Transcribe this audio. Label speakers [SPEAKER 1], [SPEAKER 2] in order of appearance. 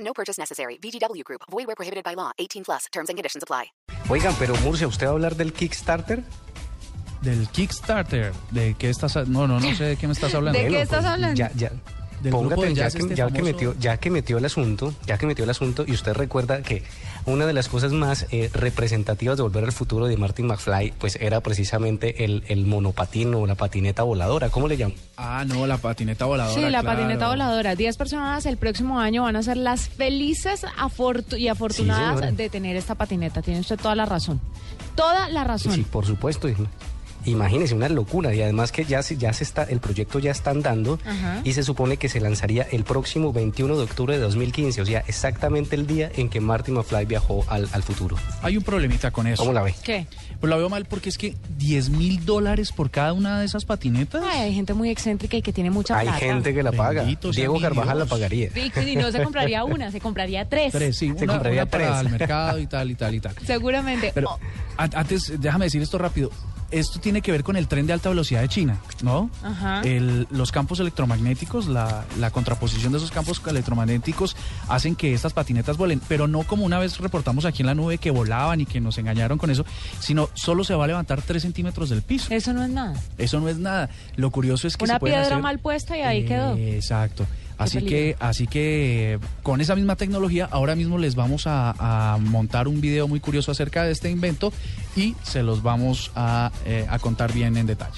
[SPEAKER 1] No purchase necessary. VGW Group. Void where prohibited by law. 18 plus. Terms and conditions apply.
[SPEAKER 2] Oigan, pero Murcia, ¿usted va a hablar del Kickstarter?
[SPEAKER 3] Del Kickstarter, ¿de qué estás ha- No, no, no sé de qué me estás hablando.
[SPEAKER 4] ¿De qué
[SPEAKER 3] Bueno,
[SPEAKER 4] estás hablando?
[SPEAKER 2] pues, Ya, ya.
[SPEAKER 3] Del grupo
[SPEAKER 2] Póngate,
[SPEAKER 3] de
[SPEAKER 2] ya,
[SPEAKER 3] jazz
[SPEAKER 2] que,
[SPEAKER 3] este
[SPEAKER 2] ya que
[SPEAKER 3] famoso.
[SPEAKER 2] metió, ya que metió el asunto, ya que metió el asunto, y usted recuerda que una de las cosas más eh, representativas de Volver al Futuro de Martin McFly, pues era precisamente el, el monopatín o la patineta voladora, ¿cómo le llaman?
[SPEAKER 3] Ah, no, la patineta voladora.
[SPEAKER 4] Sí, la
[SPEAKER 3] claro.
[SPEAKER 4] patineta voladora. 10 personas el próximo año van a ser las felices afortu- y afortunadas
[SPEAKER 2] señora.
[SPEAKER 4] de tener esta patineta. Tiene usted toda la razón. Toda la razón.
[SPEAKER 2] Sí, por supuesto. im- Imagínese, una locura. Y además que ya, se- ya se está, el proyecto ya está andando
[SPEAKER 4] Ajá.
[SPEAKER 2] y se supone que se lanzaría el próximo 21 de octubre de 2015, o sea, exactamente el día en que Martin McFly viajó al, al futuro.
[SPEAKER 3] Hay un problemita con eso.
[SPEAKER 2] ¿Cómo la ve?
[SPEAKER 4] ¿Qué?
[SPEAKER 3] Pues la veo mal porque es que 10 mil dólares por cada una de esas patinetas.
[SPEAKER 4] Ay, hay gente muy excéntrica y que tiene mucha
[SPEAKER 2] Hay
[SPEAKER 4] plata.
[SPEAKER 2] gente que la paga.
[SPEAKER 3] Bendito sea
[SPEAKER 2] Diego
[SPEAKER 3] mi
[SPEAKER 2] Carvajal
[SPEAKER 3] Dios.
[SPEAKER 2] la pagaría.
[SPEAKER 4] Y, y no se compraría una, se compraría tres.
[SPEAKER 3] Tres, sí,
[SPEAKER 2] Se
[SPEAKER 3] una,
[SPEAKER 2] compraría
[SPEAKER 3] una para
[SPEAKER 2] tres.
[SPEAKER 3] el mercado y tal, y tal, y tal.
[SPEAKER 4] Seguramente.
[SPEAKER 3] Pero
[SPEAKER 4] Oh,
[SPEAKER 3] an- antes, déjame decir esto rápido. Esto tiene que ver con el tren de alta velocidad de China, ¿no?
[SPEAKER 4] Oh, Ajá.
[SPEAKER 3] El- los campos electromagnéticos, la, la contraposición de esos campos electromagnéticos hacen que estas patinetas vuelen, pero no como una vez reportamos aquí en la nube que volaban y que nos engañaron con eso, sino solo se va a levantar 3 centímetros del piso.
[SPEAKER 4] eso no es nada.
[SPEAKER 3] Eso no es nada. Lo curioso es que
[SPEAKER 4] Una
[SPEAKER 3] se pueden
[SPEAKER 4] piedra
[SPEAKER 3] hacer- Eh,
[SPEAKER 4] mal puesta y ahí quedó.
[SPEAKER 3] Exacto. Así que,
[SPEAKER 4] peligro.
[SPEAKER 3] así que eh, con esa misma tecnología, ahora mismo les vamos a, a montar un video muy curioso acerca de este invento y se los vamos a, eh, a contar bien en detalle.